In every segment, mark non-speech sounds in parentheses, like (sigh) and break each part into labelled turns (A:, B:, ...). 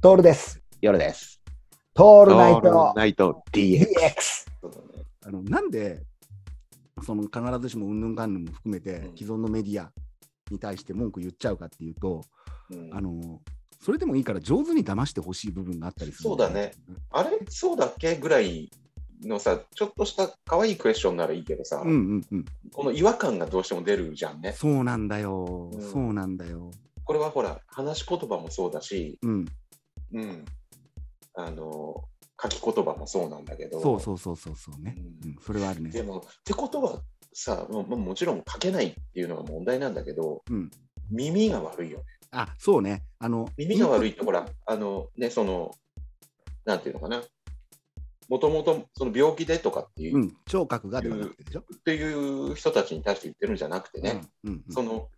A: トールです。
B: 夜です。
A: ト
B: オ
A: ールナイト
B: ナイト DX。
A: DX。
C: あのなんでその必ずしもうんぬんかんぬんも含めて
B: うん
C: 既存のメディアに対して文句言っちゃうかっていうと、
B: うん
C: あのそれでもいいから上手に騙してほしい部分があったりする
B: そうだねあれそうだっけぐらいのさ、ちょっとした可愛いクエスチョンならいいけどさ、
C: うんうんうん
B: この違和感がどうしても出るじゃんね。
C: そうなんだよ、
B: うん
C: そうなんだよ
B: これはほら、話し言葉もそうだし、
C: うん
B: うん、あの書き言葉もそうなんだけど、
C: そうそうそうそうそうね、う
B: う
C: んん、それはあるね
B: でも、ってことはさ、もうもちろん書けないっていうのが問題なんだけど、
C: うん
B: 耳が悪いよね。
C: あそうねあの
B: 耳が悪
C: い
B: いって、ほら、あのね、その、なんていうのかな、もともとその病気でとかっていう,、
C: う
B: っ
C: ん、聴覚がではなくてでしょ、
B: ていう人たちに対して言ってるんじゃなくてね、
C: うんうんうん
B: その、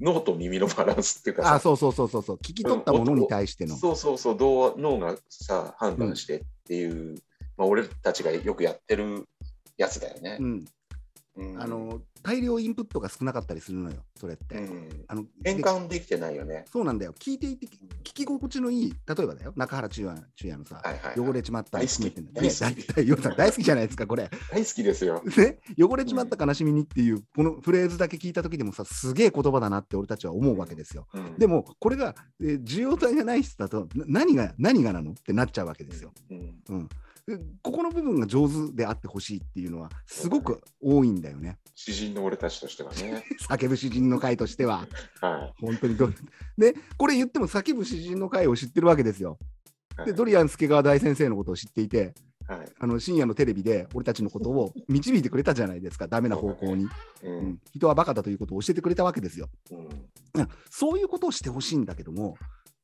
B: 脳と耳のバランスっていうかさ
C: あそうそうそうそうそう聞き取ったものに対しての、
B: そうそうそう、どう脳がさ、判断してっていう、まあ、俺たちがよくやってるやつだよね
C: う。ん、
B: うん
C: あ、の大量インプットが少なかったりするのよそれって、
B: うん、
C: あの
B: 変
C: で
B: 換できてないよね。
C: そうなんだよ聞いていて聞き心地のいい例えばだよ中原中也中也のさ、
B: はいはい、
C: 汚
B: はい。
C: れちまった
B: 大好き
C: ね大
B: 大好き
C: 大大大大好きじゃないですかこれ、
B: 大好きですよ。
C: ね、汚れちまった悲しみにっていうこのフレーズだけ聞いた時でもさすげえ言葉だなって俺たちは思うわけですよ
B: うん
C: でもこれが、えー需要体がない人だとな何が何がなのってなっちゃうわけですよ、
B: うん
C: でここの部分が上手であってほしいっていうのはすごく多いんだよね
B: 詩人の俺たちとしては
C: (laughs)
B: ね。
C: 叫ぶ詩人の会としては
B: は
C: 本当にどねこれ言っても叫ぶ詩人の会を知ってるわけですよ
B: い。
C: でドリアン助川大先生のことを知っていて
B: はい。
C: あの深夜のテレビで俺たちのことを導いてくれたじゃないですかダメな方向に、
B: う
C: うんん、人はバカだということを教えてくれたわけですよ
B: うん
C: うんそういうことをしてほしいんだけども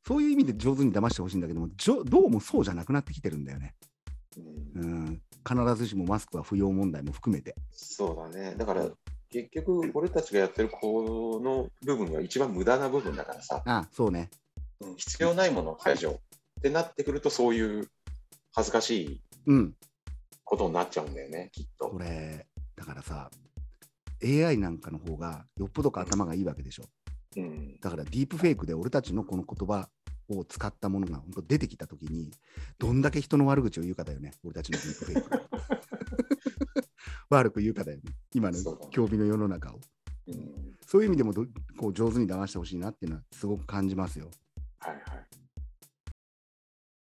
C: そういう意味で上手に騙してほしいんだけどもじょどうもそうじゃなくなってきてるんだよね、
B: うん
C: うん、必ずしもマスクは不要問題も含めて
B: そうだね。だから結局俺たちがやってる行動の部分が一番無駄な部分だからさ、
C: ああそうね
B: うん必要ないものを解除ってなってくるとそういう恥ずかしい
C: うん
B: ことになっちゃうんだよね、きっと
C: こ。れだからさ AI なんかの方がよっぽどか頭がいいわけでしょ
B: うん
C: だからディープフェイクで俺たちのこの言葉を使ったものが本当出てきたときに、どんだけ人の悪口を言うかだよね、俺たちのディープフェイク
B: (laughs)
C: が。悪く言うかだよね、今の
B: そうだね
C: 競技の世の中を。
B: うん
C: そういう意味でもどこう上手に騙してほしいなっていうのはすごく感じますよ。